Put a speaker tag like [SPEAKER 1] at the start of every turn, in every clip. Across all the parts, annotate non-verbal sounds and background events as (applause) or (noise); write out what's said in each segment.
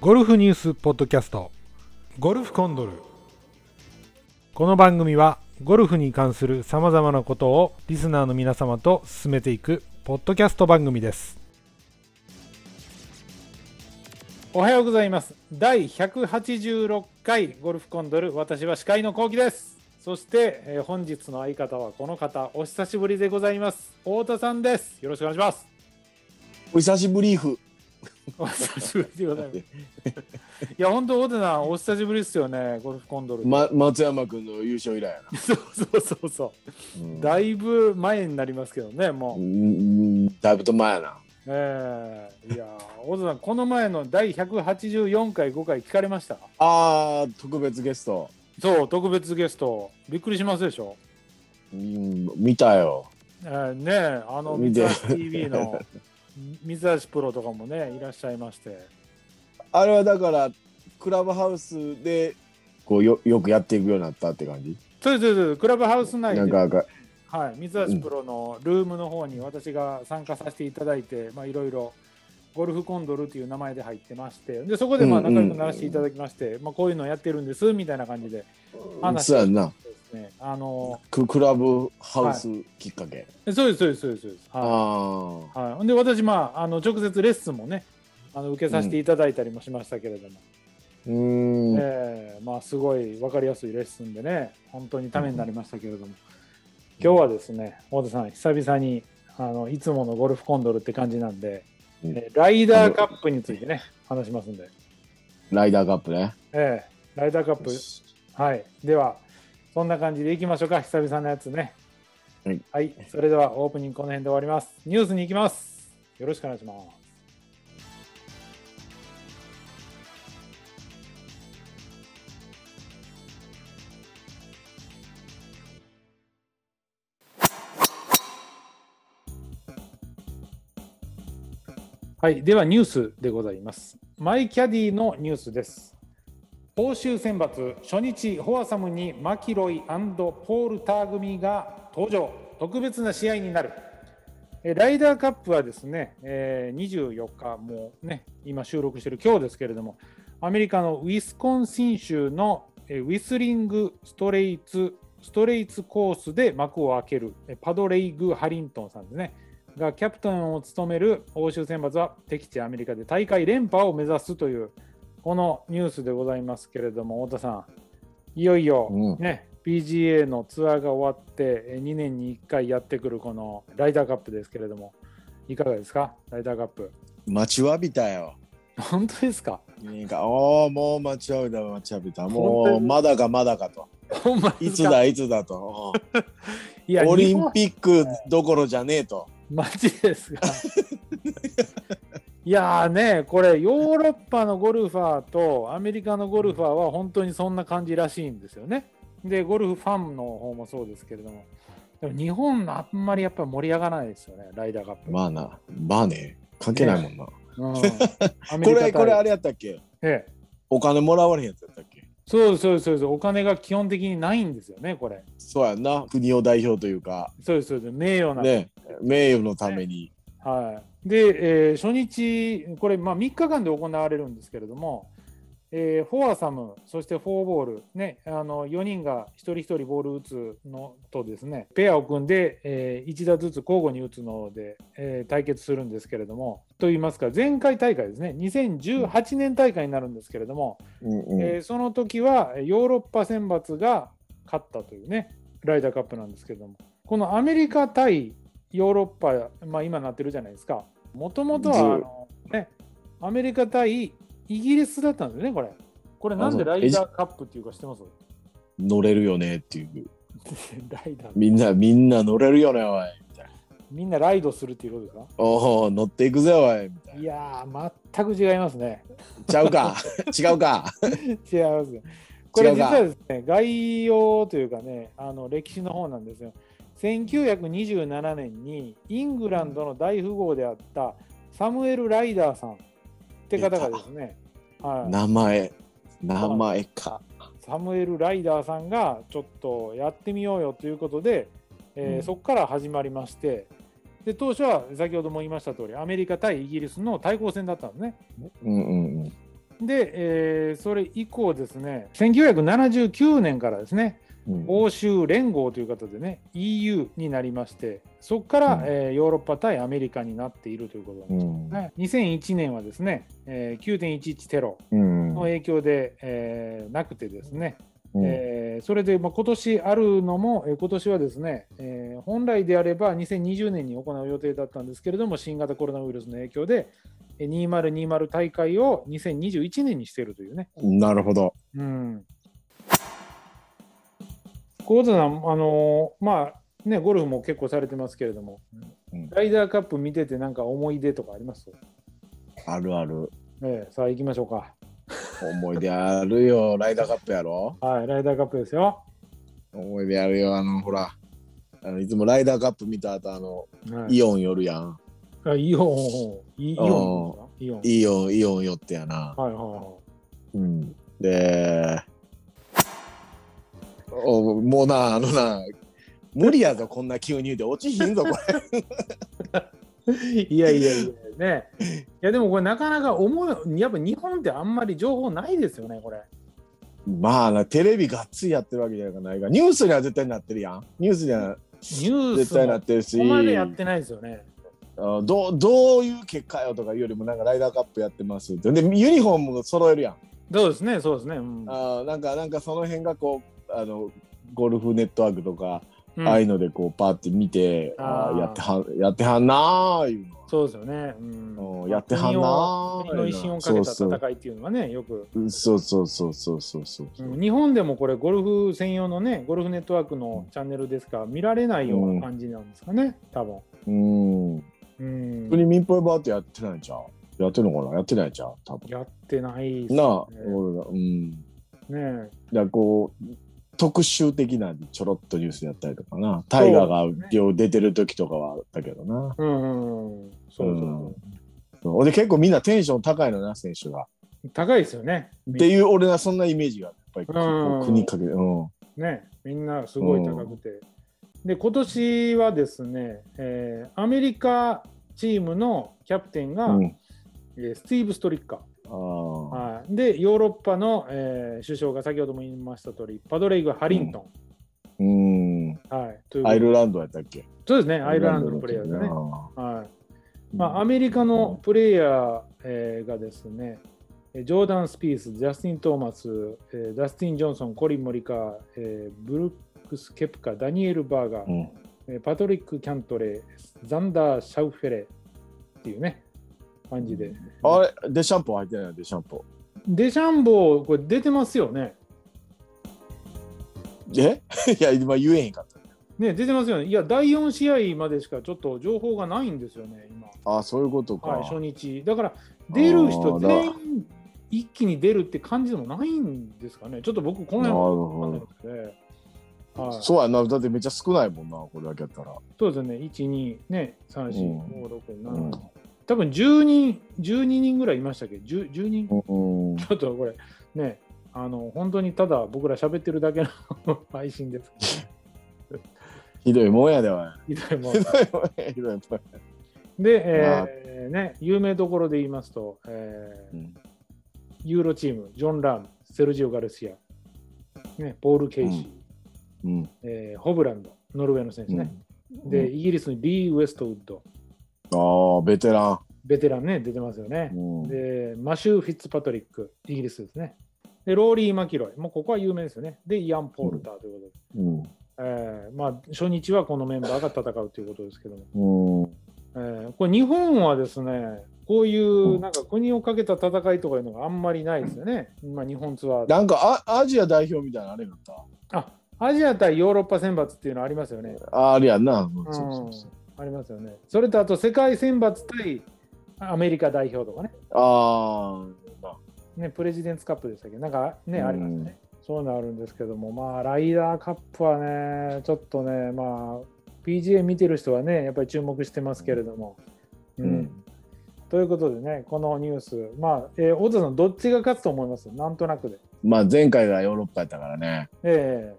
[SPEAKER 1] ゴルフニュースポッドキャストゴルフコンドルこの番組はゴルフに関するさまざまなことをリスナーの皆様と進めていくポッドキャスト番組ですおはようございます第186回ゴルフコンドル私は司会の幸喜ですそして、えー本日の相方はこの方お久しぶりでございます太田さんですよろしくお願いします
[SPEAKER 2] お久しぶりーふ。
[SPEAKER 1] (laughs) お久しぶりでございます。いや、本当、大手さん、お久しぶりですよね、ゴルフコンドル。
[SPEAKER 2] ま、松山君の優勝以来やな。
[SPEAKER 1] そうそうそうそう。だいぶ前になりますけどね、
[SPEAKER 2] う
[SPEAKER 1] もう。
[SPEAKER 2] ん、だいぶと前やな。
[SPEAKER 1] ええいや、大手さん、この前の第184回、5回聞かれました。
[SPEAKER 2] あー、特別ゲスト。
[SPEAKER 1] そう、特別ゲスト、びっくりしますでしょ。
[SPEAKER 2] うん、見たよ。
[SPEAKER 1] ええねえ、あの、三
[SPEAKER 2] 見て
[SPEAKER 1] 橋 TV
[SPEAKER 2] (laughs)
[SPEAKER 1] の三橋プロとかもね、いらっしゃいまして。
[SPEAKER 2] あれはだから、クラブハウスで、こうよ、よくやっていくようになったって感じ。
[SPEAKER 1] そうですそうです、クラブハウス内
[SPEAKER 2] な
[SPEAKER 1] で
[SPEAKER 2] んか、か
[SPEAKER 1] はい、水橋プロのルームの方に私が参加させていただいて、まあいろいろゴルフコンドルという名前で入ってまして、でそこでまあ
[SPEAKER 2] うんうん
[SPEAKER 1] 仲良くならせていただきまして、まあこういうのやってるんですみたいな感じで話
[SPEAKER 2] そうやんな。
[SPEAKER 1] ですね。あの
[SPEAKER 2] ク、クラブハウスきっかけ。
[SPEAKER 1] そうですそうですそうですそうです。
[SPEAKER 2] あ
[SPEAKER 1] は
[SPEAKER 2] ー
[SPEAKER 1] い。はい。ほんで私まああの直接レッスンもね、あの受けさせていただいたりもしましたけれども、
[SPEAKER 2] うーん、
[SPEAKER 1] えーまあすごいわかりやすいレッスンでね、本当にためになりましたけれども、今日はですね、大田さん久々にあのいつものゴルフコンドルって感じなんで。
[SPEAKER 2] うん
[SPEAKER 1] えーライダーカップについてね、話しますんで。
[SPEAKER 2] ライダーカップね。
[SPEAKER 1] えーライダーカップ。はい。では、そんな感じでいきましょうか。久々のやつね。
[SPEAKER 2] はい。
[SPEAKER 1] それではオープニングこの辺で終わります。ニュースに行きます。よろしくお願いします。はい、ではニュースでございます。マイキャディのニュースです。欧州選抜初日ホアサムにマキロイポール・ター組が登場特別な試合になるえライダーカップはですね、えー24日もうね今収録してる今日ですけれどもアメリカのウィスコンシン州のえーウィスリングストレイツストレイツコースで幕を開けるえパドレイグ・ハリントンさんですねがキャプテンを務める欧州選抜は敵地アメリカで大会連覇を目指すというこのニュースでございますけれども、太田さん、いよいよ、
[SPEAKER 2] うん
[SPEAKER 1] ね PGA のツアーが終わって、え2年に1回やってくるこのライダーカップですけれども、いかがですか、ライダーカップ。
[SPEAKER 2] 待ちわびたよ。
[SPEAKER 1] 本当ですか
[SPEAKER 2] なんか、おー、もう待ちわびた、待ちわびた。
[SPEAKER 1] 本当
[SPEAKER 2] も
[SPEAKER 1] に
[SPEAKER 2] う、まだか、まだかと。
[SPEAKER 1] ほんまで
[SPEAKER 2] (laughs) い
[SPEAKER 1] す
[SPEAKER 2] つ
[SPEAKER 1] か
[SPEAKER 2] だ、いつだと。うん
[SPEAKER 1] いや
[SPEAKER 2] オリ
[SPEAKER 1] 日
[SPEAKER 2] ン
[SPEAKER 1] 本
[SPEAKER 2] ピックどころじゃねえと。
[SPEAKER 1] マジですかいやーね、これ、ヨーロッパのゴルファーとアメリカのゴルファーは本当にそんな感じらしいんですよね。で、ゴルフファンの方もそうですけれども、でも日本のあんまりやっぱり盛り上がらないですよね、ライダーカップ。
[SPEAKER 2] まあな、まあね、関係ないもんな。 (laughs)
[SPEAKER 1] うん、
[SPEAKER 2] これ、これあ
[SPEAKER 1] れ、
[SPEAKER 2] れやったっけ
[SPEAKER 1] ええ、
[SPEAKER 2] お金もらわれへんやつやったっけ
[SPEAKER 1] そうですそうですそうです、お金が基本的にないんですよね、これ。
[SPEAKER 2] そうやんな、国を代表というか、
[SPEAKER 1] そうですそうです、名誉な。
[SPEAKER 2] ね、名誉のために。
[SPEAKER 1] はい、で、えー初日、これ、まあ、3日間で行われるんですけれども、えーフォアサム、そしてフォーボール、ね、あの4人が一人一人ボール打つのとですね、ペアを組んで、え1打ずつ交互に打つので、えー対決するんですけれども、といいますか、前回大会ですね、2018年大会になるんですけれども、
[SPEAKER 2] うん
[SPEAKER 1] え
[SPEAKER 2] う
[SPEAKER 1] ーその時はえーヨーロッパ選抜が勝ったというねライダーカップなんですけどもこのアメリカ対ヨーロッパ、まあ、今なってるじゃないですかもともとはあ
[SPEAKER 2] ず
[SPEAKER 1] の、ね、アメリカ対イギリスだったんですよねこれこれなんで
[SPEAKER 2] あそ
[SPEAKER 1] ラ
[SPEAKER 2] う
[SPEAKER 1] イダーカップっていうか知ってます (laughs)
[SPEAKER 2] ん、乗れるよねっていう。
[SPEAKER 1] ライダー
[SPEAKER 2] みんな、みんな乗れるよね、おい。みたいな
[SPEAKER 1] みんなライドするっていうことですか
[SPEAKER 2] おお、乗っていくぜ、おい。みたい
[SPEAKER 1] い
[SPEAKER 2] な。
[SPEAKER 1] やー全く違いますね
[SPEAKER 2] ちゃう
[SPEAKER 1] (laughs)
[SPEAKER 2] か、違うか。
[SPEAKER 1] 違いますねこれ
[SPEAKER 2] 違う
[SPEAKER 1] 実
[SPEAKER 2] か
[SPEAKER 1] はですね概要というかねあの歴史の方なんですよ1927年にイングランドの大富豪であったサムエル・ライダーさんって方がですね、はい、
[SPEAKER 2] 名前、名前か。
[SPEAKER 1] サムエル・ライダーさんがちょっとやってみようよということで、えー
[SPEAKER 2] うん
[SPEAKER 1] そこから始まりましてで当初は先ほども言いました通りアメリカ対イギリスの対抗戦だったんですね。
[SPEAKER 2] うんうんうん。
[SPEAKER 1] で、えーそれ以降ですね、1979年からですね、
[SPEAKER 2] うん
[SPEAKER 1] 欧州連合という形でね、EU になりまして、そこから、
[SPEAKER 2] うん
[SPEAKER 1] えーヨーロッパ対アメリカになっているということなんです
[SPEAKER 2] う。ん
[SPEAKER 1] はい2001年はですね、えー9.11テロ
[SPEAKER 2] うん
[SPEAKER 1] の影響で、えーなくてですね、
[SPEAKER 2] うん
[SPEAKER 1] えーそれで、まあ、今年あるのも、えー今年はですね、えー本来であれば2020年に行う予定だったんですけれども、新型コロナウイルスの影響で、えー2020大会を2021年にしているというね。
[SPEAKER 2] なるほど。
[SPEAKER 1] うん。小田さん、あのーまあね、ゴルフも結構されてますけれども、
[SPEAKER 2] うん
[SPEAKER 1] ライダーカップ見てて、なんか思い出とかあります
[SPEAKER 2] あるある。
[SPEAKER 1] ええさあ行きましょうか。
[SPEAKER 2] 思い出あるよ。ライダーカップやろ
[SPEAKER 1] はい、ライダーカップですよ。
[SPEAKER 2] 思い出あるよ。あの、ほら。あのいつもライダーカップ見た後、あの、
[SPEAKER 1] はい、
[SPEAKER 2] イオン寄るやん。
[SPEAKER 1] あイオン、イイオンですか、イオン。
[SPEAKER 2] イオン、イオン寄ってやな。
[SPEAKER 1] はいはいはい。
[SPEAKER 2] うん。で、おもうな、あのな、無理やぞ、こんな急に言うて。落ちひんぞ、これ。 (laughs)
[SPEAKER 1] いやいやいや、ね。いや、でもこれ、なかなか思う、やっぱ日本ってあんまり情報ないですよね、これ。
[SPEAKER 2] まあな、テレビがっつりやってるわけじゃないから、ニュースには絶対なってるやん。ニュースには
[SPEAKER 1] ニュー
[SPEAKER 2] 絶
[SPEAKER 1] スも
[SPEAKER 2] 対なってる
[SPEAKER 1] こ
[SPEAKER 2] し、
[SPEAKER 1] こまでやってないですよね。
[SPEAKER 2] あどうどういう結果よとかいうよりも、なんかライダーカップやってますって。で、ユニフォームも揃えるやん。
[SPEAKER 1] そうですね、そうですね。うん。
[SPEAKER 2] あーなんか、なんかその辺がこう、あの、ゴルフネットワークとか、
[SPEAKER 1] うん
[SPEAKER 2] ああいうのでこうパーって見て、あ
[SPEAKER 1] あ
[SPEAKER 2] ー
[SPEAKER 1] ー
[SPEAKER 2] やってはんやってはんなーいう
[SPEAKER 1] そうですよね。うん
[SPEAKER 2] の、うん、やってはんなー
[SPEAKER 1] 国の威信をかけた戦いっていうのはね、よく。
[SPEAKER 2] そうそうそうそうそうそうそう、
[SPEAKER 1] うん日本でもこれ、ゴルフ専用のね、ゴルフネットワークのチャンネルですから、見られないような感じなんですかね、多分。
[SPEAKER 2] う
[SPEAKER 1] う
[SPEAKER 2] ん
[SPEAKER 1] ん
[SPEAKER 2] 普通に民放バーってやってないんちゃうやってるのかなやってないんちゃう多分
[SPEAKER 1] やってないっす
[SPEAKER 2] なあ、
[SPEAKER 1] ね
[SPEAKER 2] 俺らうん
[SPEAKER 1] ね
[SPEAKER 2] だからこう特集的なちょろっとニュースやったりとかなタイガーがよう出てる時とかはあったけどな
[SPEAKER 1] うんうんうん。そうそう
[SPEAKER 2] うん俺結構みんなテンション高いのな選手が
[SPEAKER 1] そう。高いですよね。
[SPEAKER 2] っていう俺はそんなイメージがやっぱりこ
[SPEAKER 1] うん
[SPEAKER 2] う国かけてうん
[SPEAKER 1] ね、みんなすごい高くて。で、今年はですね、えーアメリカチームのキャプテンが、
[SPEAKER 2] うん
[SPEAKER 1] えースティーブ・ストリッカー。
[SPEAKER 2] ああ
[SPEAKER 1] はいで、ヨーロッパの、えー首相が先ほども言いました通り、パドレイグ・ハリント
[SPEAKER 2] うん
[SPEAKER 1] ン。はい、ということ
[SPEAKER 2] ア
[SPEAKER 1] で
[SPEAKER 2] イルランドやったっけ
[SPEAKER 1] そうですね、アイルランドのプレイヤーですね。はいまあ、アメリカのプレイヤー、えーがですね、えージョーダン・スピース、ジャスティン・トーマス、えーダスティン・ジョンソン、コリン・モリカー、えーブルックス・ケプカ、ダニエル・バーガー
[SPEAKER 2] う、ん
[SPEAKER 1] えーパトリック・キャントレー、ザンダー・シャウフェレーっていうね、感じで。
[SPEAKER 2] あれデシャンポー入ってないのデシャンポ
[SPEAKER 1] デシャンボー、これ出てますよね。
[SPEAKER 2] ーえ (laughs) いや今言えへんかった
[SPEAKER 1] ね、出てますよね。いや、第4試合までしかちょっと情報がないんですよね、今。
[SPEAKER 2] ああそういうことか、
[SPEAKER 1] はい、初日。だから、出る人
[SPEAKER 2] あーだ
[SPEAKER 1] 全員一気に出るって感じでもないんですかね。ちょっと僕、この
[SPEAKER 2] なる
[SPEAKER 1] 辺は
[SPEAKER 2] ほ
[SPEAKER 1] 分
[SPEAKER 2] ど
[SPEAKER 1] かんないので。はい、そ
[SPEAKER 2] そうやな、だってめっちゃ少ないもんな、これだけやったら。
[SPEAKER 1] うですよね、1、2、ね、3、4、5、6、
[SPEAKER 2] うん
[SPEAKER 1] 7、多分10人、12人ぐらいいましたっけど、10, 10人
[SPEAKER 2] うん、
[SPEAKER 1] ちょっとこれ、ね、あの、本当にただ僕ら喋ってるだけの配信です。
[SPEAKER 2] (laughs) ひどいもんやで、おい。
[SPEAKER 1] い
[SPEAKER 2] (laughs)
[SPEAKER 1] つも
[SPEAKER 2] ひどいもんや、ひどいもん
[SPEAKER 1] で、
[SPEAKER 2] まあ
[SPEAKER 1] えーね、有名どころで言いますと、えー
[SPEAKER 2] や。
[SPEAKER 1] ユーロチーム、ジョン・ラーム、セルジオ・ガルシア、ね、ポール・ケイシー、
[SPEAKER 2] うん。
[SPEAKER 1] えーホブランド、ノルウェーの選手ね。で、イギリスのリー・ウェストウッド、
[SPEAKER 2] ああ、ベテラ
[SPEAKER 1] ベテランね、出てますよね
[SPEAKER 2] ン。。うん
[SPEAKER 1] で、マシュー・フィッツパトリック、イギリスですね。で、ローリー・マキロイ、もうここは有名ですよね。で、イアン・ポールターということで。
[SPEAKER 2] うん。
[SPEAKER 1] えーまあ、初日はこのメンバーが戦うということですけども、
[SPEAKER 2] うん。
[SPEAKER 1] えーこれ日本はですね、こういうなんか国をかけた戦いとかいうのがあんまりないですよね、今、日本ツアーで。
[SPEAKER 2] なんかアアジア代表みたいなのあれだった。
[SPEAKER 1] あアジア対ヨーロッパ選抜っていうのありますよね。
[SPEAKER 2] ああれやんな。うん
[SPEAKER 1] うん
[SPEAKER 2] そうそうそう
[SPEAKER 1] ありますよね。それとあと世界選抜対アメリカ代表とかね、
[SPEAKER 2] ああ、
[SPEAKER 1] ねプレジデンツカップでしたっけ、なんかね、
[SPEAKER 2] うん
[SPEAKER 1] ありますね。そういうのあるんですけども、まあ、ライダーカップはね、ちょっとね、まあ、PGA 見てる人はね、やっぱり注目してますけれども。
[SPEAKER 2] う
[SPEAKER 1] うん
[SPEAKER 2] ん。
[SPEAKER 1] ということでね、このニュース、まあ、えー太田さん、どっちが勝つと思いますなんとなくで。
[SPEAKER 2] まあ前回がヨーロッパやったからね。
[SPEAKER 1] え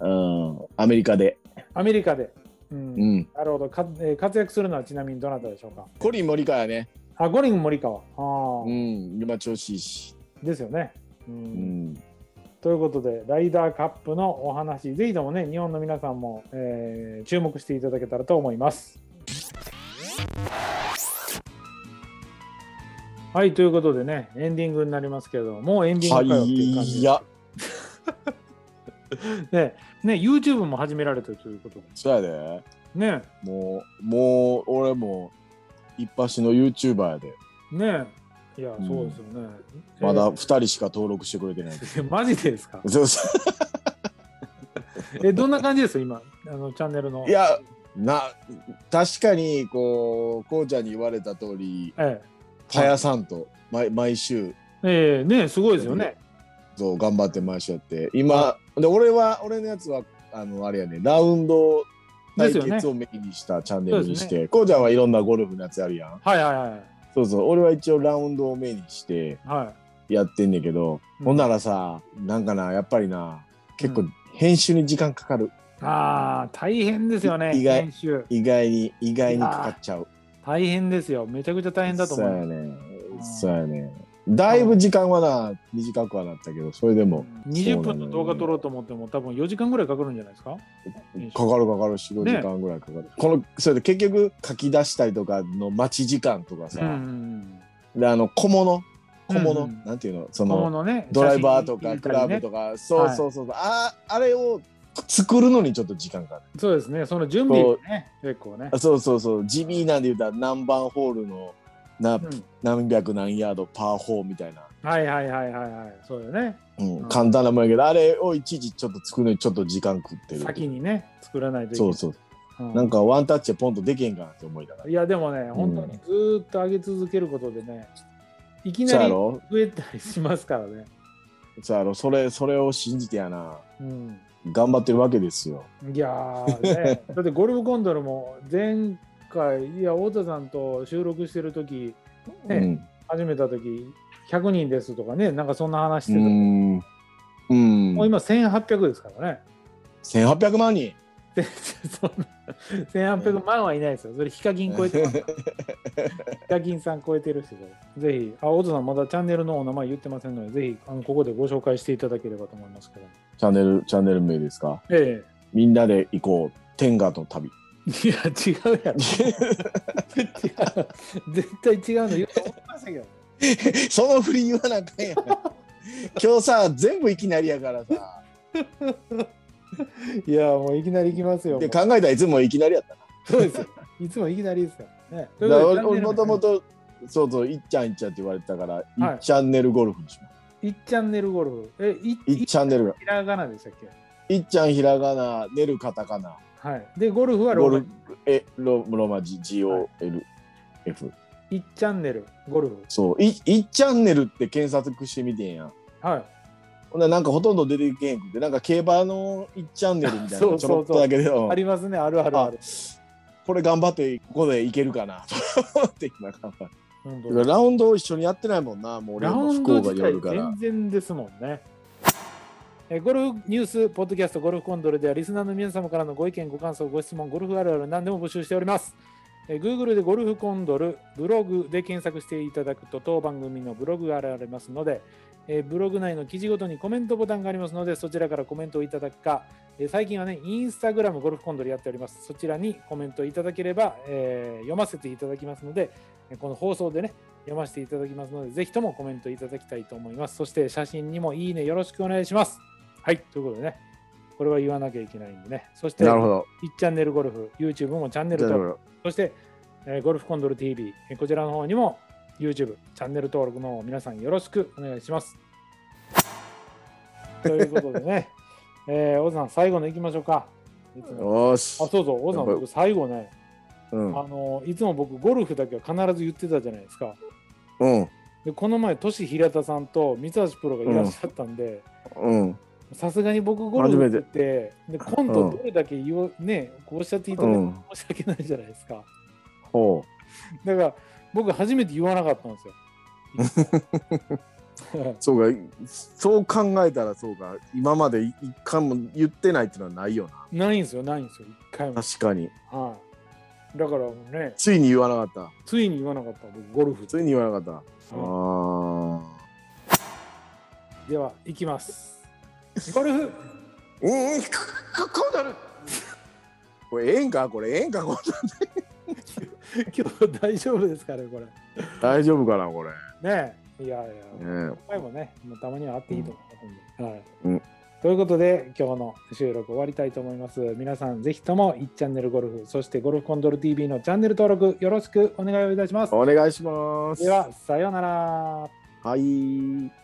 [SPEAKER 2] うん。アメリカで。
[SPEAKER 1] ーアメリカで。うん
[SPEAKER 2] うん。
[SPEAKER 1] なるほどか、えー活躍するのはちなみにどなたでしょうか
[SPEAKER 2] コリン・モリカやね。
[SPEAKER 1] あ、ゴリング森川。あー
[SPEAKER 2] うん。今調子いいし。
[SPEAKER 1] ですよね。う
[SPEAKER 2] うんん。
[SPEAKER 1] ということでライダーカップのお話ぜひともね日本の皆さんも、えー注目していただけたらと思います。はいということでねエンディングになりますけれどももうエンディ
[SPEAKER 2] は
[SPEAKER 1] ングかよっていう感
[SPEAKER 2] い。
[SPEAKER 1] じ
[SPEAKER 2] い
[SPEAKER 1] で
[SPEAKER 2] や、
[SPEAKER 1] ねね YouTube も始められてるということで
[SPEAKER 2] そうやで。
[SPEAKER 1] ね
[SPEAKER 2] もう、もう、俺も、一発の YouTuber やで。
[SPEAKER 1] ねいや
[SPEAKER 2] うん
[SPEAKER 1] そうですよね。
[SPEAKER 2] まだ
[SPEAKER 1] え
[SPEAKER 2] 2人しか登録してくれてない。
[SPEAKER 1] ー (laughs) マジでですか
[SPEAKER 2] そうそ
[SPEAKER 1] えどんな感じです今あのチャンネルの
[SPEAKER 2] ういや、な、確かに、こう、こうちゃんに言われた通り、
[SPEAKER 1] え
[SPEAKER 2] たやさんと、毎毎週、
[SPEAKER 1] えええねすごいですよね。
[SPEAKER 2] そう頑張って毎週やって、今、で俺は、俺のやつは、あの、あれやね、ラウンド
[SPEAKER 1] で
[SPEAKER 2] 対
[SPEAKER 1] すよね。
[SPEAKER 2] 決をメインにしたチャンネルにし
[SPEAKER 1] そうです
[SPEAKER 2] て、こうちゃんはいろんなゴルフのやつやるやん。
[SPEAKER 1] はいはいはい
[SPEAKER 2] そうそう、俺は一応ラウンドをメインにして
[SPEAKER 1] はい。
[SPEAKER 2] やってんねんけど、
[SPEAKER 1] うん
[SPEAKER 2] ほんならさ、なんかな、やっぱりな、結
[SPEAKER 1] う
[SPEAKER 2] 構
[SPEAKER 1] ん
[SPEAKER 2] 編集に時間かかる。
[SPEAKER 1] ああ、大変ですよね。
[SPEAKER 2] 意外
[SPEAKER 1] 編集。
[SPEAKER 2] 意外に、意外にかかっちゃう。
[SPEAKER 1] 大変ですよ。めちゃくちゃ大変だと思
[SPEAKER 2] そうや
[SPEAKER 1] う。
[SPEAKER 2] ね
[SPEAKER 1] ん。
[SPEAKER 2] そうやね。だいぶ時間はな、短くはなったけど、それでも、
[SPEAKER 1] 20分の動画撮ろうと思っても、多分4時間ぐらいかかるんじゃないですか編集
[SPEAKER 2] かかるかかる、4、5
[SPEAKER 1] ね
[SPEAKER 2] 時間ぐらいかかる。この、それで結局、書き出したりとかの待ち時間とか
[SPEAKER 1] うんうんう
[SPEAKER 2] さ、
[SPEAKER 1] ん。
[SPEAKER 2] で、あの、小物、小
[SPEAKER 1] う
[SPEAKER 2] 物、
[SPEAKER 1] んうん
[SPEAKER 2] なんていうの、そ
[SPEAKER 1] こ
[SPEAKER 2] の、
[SPEAKER 1] のね、
[SPEAKER 2] ドライバーと
[SPEAKER 1] 写
[SPEAKER 2] か
[SPEAKER 1] 真
[SPEAKER 2] クラ
[SPEAKER 1] 入
[SPEAKER 2] ブ
[SPEAKER 1] れたりね
[SPEAKER 2] とか、そうそうそうそう、ああ、あれを作るのにちょっと時間かかる。
[SPEAKER 1] そうですね、その準備ね、結構ね
[SPEAKER 2] あ。そうそうそう地味なんで言うたら何番ホールのな、
[SPEAKER 1] うん
[SPEAKER 2] 何百何ヤードパー4みたいな、
[SPEAKER 1] はいはいはいはいはい。そうよね。
[SPEAKER 2] うん
[SPEAKER 1] うん
[SPEAKER 2] 簡単なもんやけどあれをいちいちちょっと作るのにちょっと時間食ってる
[SPEAKER 1] 先にね、作らないといけ
[SPEAKER 2] そ
[SPEAKER 1] な
[SPEAKER 2] う
[SPEAKER 1] い。
[SPEAKER 2] そう、
[SPEAKER 1] うん
[SPEAKER 2] なんかワンタッチでポンとできへんかなって思いながら
[SPEAKER 1] いや、でもね、本当にずーっと上げ続けることでね、いき
[SPEAKER 2] そ
[SPEAKER 1] な
[SPEAKER 2] うや
[SPEAKER 1] り
[SPEAKER 2] ろ
[SPEAKER 1] 増えたりしますからね。
[SPEAKER 2] そうやろそれそれを信じてやな
[SPEAKER 1] うん
[SPEAKER 2] 頑張ってるわけですよ
[SPEAKER 1] いやー、
[SPEAKER 2] (laughs)
[SPEAKER 1] ね、だってゴルフコンドルも前回いや太田さんと収録してる時、ね始めた時100人ですとかねなんかそんな話して
[SPEAKER 2] う
[SPEAKER 1] た、
[SPEAKER 2] んうーん
[SPEAKER 1] もう
[SPEAKER 2] うん
[SPEAKER 1] 今1800ですからね
[SPEAKER 2] 1800万人
[SPEAKER 1] そんな1800万はいないですよそれヒカキン超えてますから
[SPEAKER 2] (laughs)
[SPEAKER 1] ヒカキンさん超えてるしぜひあ太田さんまだチャンネルのお名前言ってませんのでぜひあのここでご紹介していただければと思いますけど
[SPEAKER 2] チャンネルチャンネル名ですか
[SPEAKER 1] え
[SPEAKER 2] みんなで行こう天下の旅 (laughs)
[SPEAKER 1] えいや違うやろ (laughs) 違う絶対違うの言うと思いましたけどね
[SPEAKER 2] その振り言わなあか
[SPEAKER 1] (laughs)
[SPEAKER 2] んやん。今日さ、全部いきなりやからさ。
[SPEAKER 1] いやもういきなり行きますよ。
[SPEAKER 2] で、
[SPEAKER 1] も
[SPEAKER 2] 考えたらいつもいきなりやったな。
[SPEAKER 1] うそうですよ。 (laughs) いつもいきなりですからね。
[SPEAKER 2] だから俺俺もとも
[SPEAKER 1] と。
[SPEAKER 2] と、そうそう、いっちゃんいっちゃんって言われてたから、
[SPEAKER 1] い
[SPEAKER 2] いっチャンネルゴルフにしま
[SPEAKER 1] 1チャンネルゴルフ。え、い
[SPEAKER 2] す。いっチャンネルが。
[SPEAKER 1] ひらがなでしたっけ
[SPEAKER 2] いっちゃんひらがな、ねるカタカナ、
[SPEAKER 1] はい。で、ゴルフはロ
[SPEAKER 2] ゴ
[SPEAKER 1] ーマ
[SPEAKER 2] ルフ、え、ロローマ字、GOLF。
[SPEAKER 1] 1チャンネルゴルフ。
[SPEAKER 2] そう、いいっチャンネルって検索してみてんやん。
[SPEAKER 1] は
[SPEAKER 2] ほんならなんかほとんど出てけへんくて、なんか競馬のいっチャンネルみたいな
[SPEAKER 1] そ
[SPEAKER 2] の
[SPEAKER 1] う
[SPEAKER 2] ち
[SPEAKER 1] そ
[SPEAKER 2] ょ
[SPEAKER 1] うそう
[SPEAKER 2] ろっとだけで。う
[SPEAKER 1] い。
[SPEAKER 2] ん
[SPEAKER 1] ありますね。あるあるある。
[SPEAKER 2] これ頑張って、ここでいけるかな、と思 (laughs) って今頑張って。
[SPEAKER 1] 本
[SPEAKER 2] だから
[SPEAKER 1] 当
[SPEAKER 2] ラウンドを一緒にやってないもんな、もう俺
[SPEAKER 1] ラ
[SPEAKER 2] も
[SPEAKER 1] ウ
[SPEAKER 2] 不
[SPEAKER 1] ンド
[SPEAKER 2] 幸が
[SPEAKER 1] 自
[SPEAKER 2] 夜か
[SPEAKER 1] 体
[SPEAKER 2] ら
[SPEAKER 1] 全。然ですもんね。えゴルフニュース、ポッドキャスト、ゴルフコンドルでは、リスナーの皆様からのご意見、ご感想、ご質問、ゴルフあるある何でも募集しております。えー Google でゴルフコンドル、ブログで検索していただくと、当番組のブログが現れますので、えーブログ内の記事ごとにコメントボタンがありますので、そちらからコメントをいただくか、えー最近はね、インスタグラムゴルフコンドルやっております。そちらにコメントいただければ、えー読ませていただきますので、えーこの放送でね、読ませていただきますので、ぜひともコメントいただきたいと思います。そして写真にもいいねよろしくお願いします。はい、ということでね、これは言わなきゃいけないんでね。そして、
[SPEAKER 2] なるほ
[SPEAKER 1] 1
[SPEAKER 2] ど。
[SPEAKER 1] チャンネルゴルフ、YouTube もチャンネル登録、そして、えーゴルフコンドル TV、えーこちらの方にも YouTube、チャンネル登録の方皆さんよろしくお願いし
[SPEAKER 2] (laughs)
[SPEAKER 1] ます。ということでね、えー、オズさん、最後の行きましょうか。いつも
[SPEAKER 2] よー
[SPEAKER 1] あ、
[SPEAKER 2] し。
[SPEAKER 1] そうそう、オズさん、僕、最後ね、
[SPEAKER 2] うん。
[SPEAKER 1] あのいつも僕、ゴルフだけは必ず言ってたじゃないですか。
[SPEAKER 2] うん。
[SPEAKER 1] でこの前、トシ平田さんと三橋プロがいらっしゃったんで、
[SPEAKER 2] うん。
[SPEAKER 1] さすがに僕、ゴルフってて、で今
[SPEAKER 2] う
[SPEAKER 1] 度、
[SPEAKER 2] ん
[SPEAKER 1] どれだけ言おう、ね、こうおっしゃっていただいて
[SPEAKER 2] うん。
[SPEAKER 1] 申し訳ないじゃないですか。
[SPEAKER 2] ほう。
[SPEAKER 1] だから、僕、初めて言わなかったんですよ。
[SPEAKER 2] そうか、そう考えたらそうか、今まで一回も言ってないっていうのはないよ
[SPEAKER 1] (laughs)
[SPEAKER 2] な。
[SPEAKER 1] ないんですよ、ないんですよ、一回も。
[SPEAKER 2] 確かに。
[SPEAKER 1] はい、だからね、
[SPEAKER 2] ついに言わなかっ
[SPEAKER 1] ついに言わなかった、僕、ゴルフ
[SPEAKER 2] た。ついに言わなかった。
[SPEAKER 1] う
[SPEAKER 2] あ
[SPEAKER 1] では行きますゴルフ (laughs)
[SPEAKER 2] ええー、ここうなるこれええんかこれええんかこれ
[SPEAKER 1] 今日大丈夫ですかねこれ
[SPEAKER 2] 大丈夫かなこれ、
[SPEAKER 1] ねえいやいや
[SPEAKER 2] ね
[SPEAKER 1] 今回もねもうたまにはあっていいと思う、はい
[SPEAKER 2] うん
[SPEAKER 1] ということで今日の収録終わりたいと思います皆さんぜひとも1チャンネルゴルフそしてゴルフコンドル TV のチャンネル登録よろしくお願いをいたします
[SPEAKER 2] お願いします
[SPEAKER 1] ではさようなら
[SPEAKER 2] はい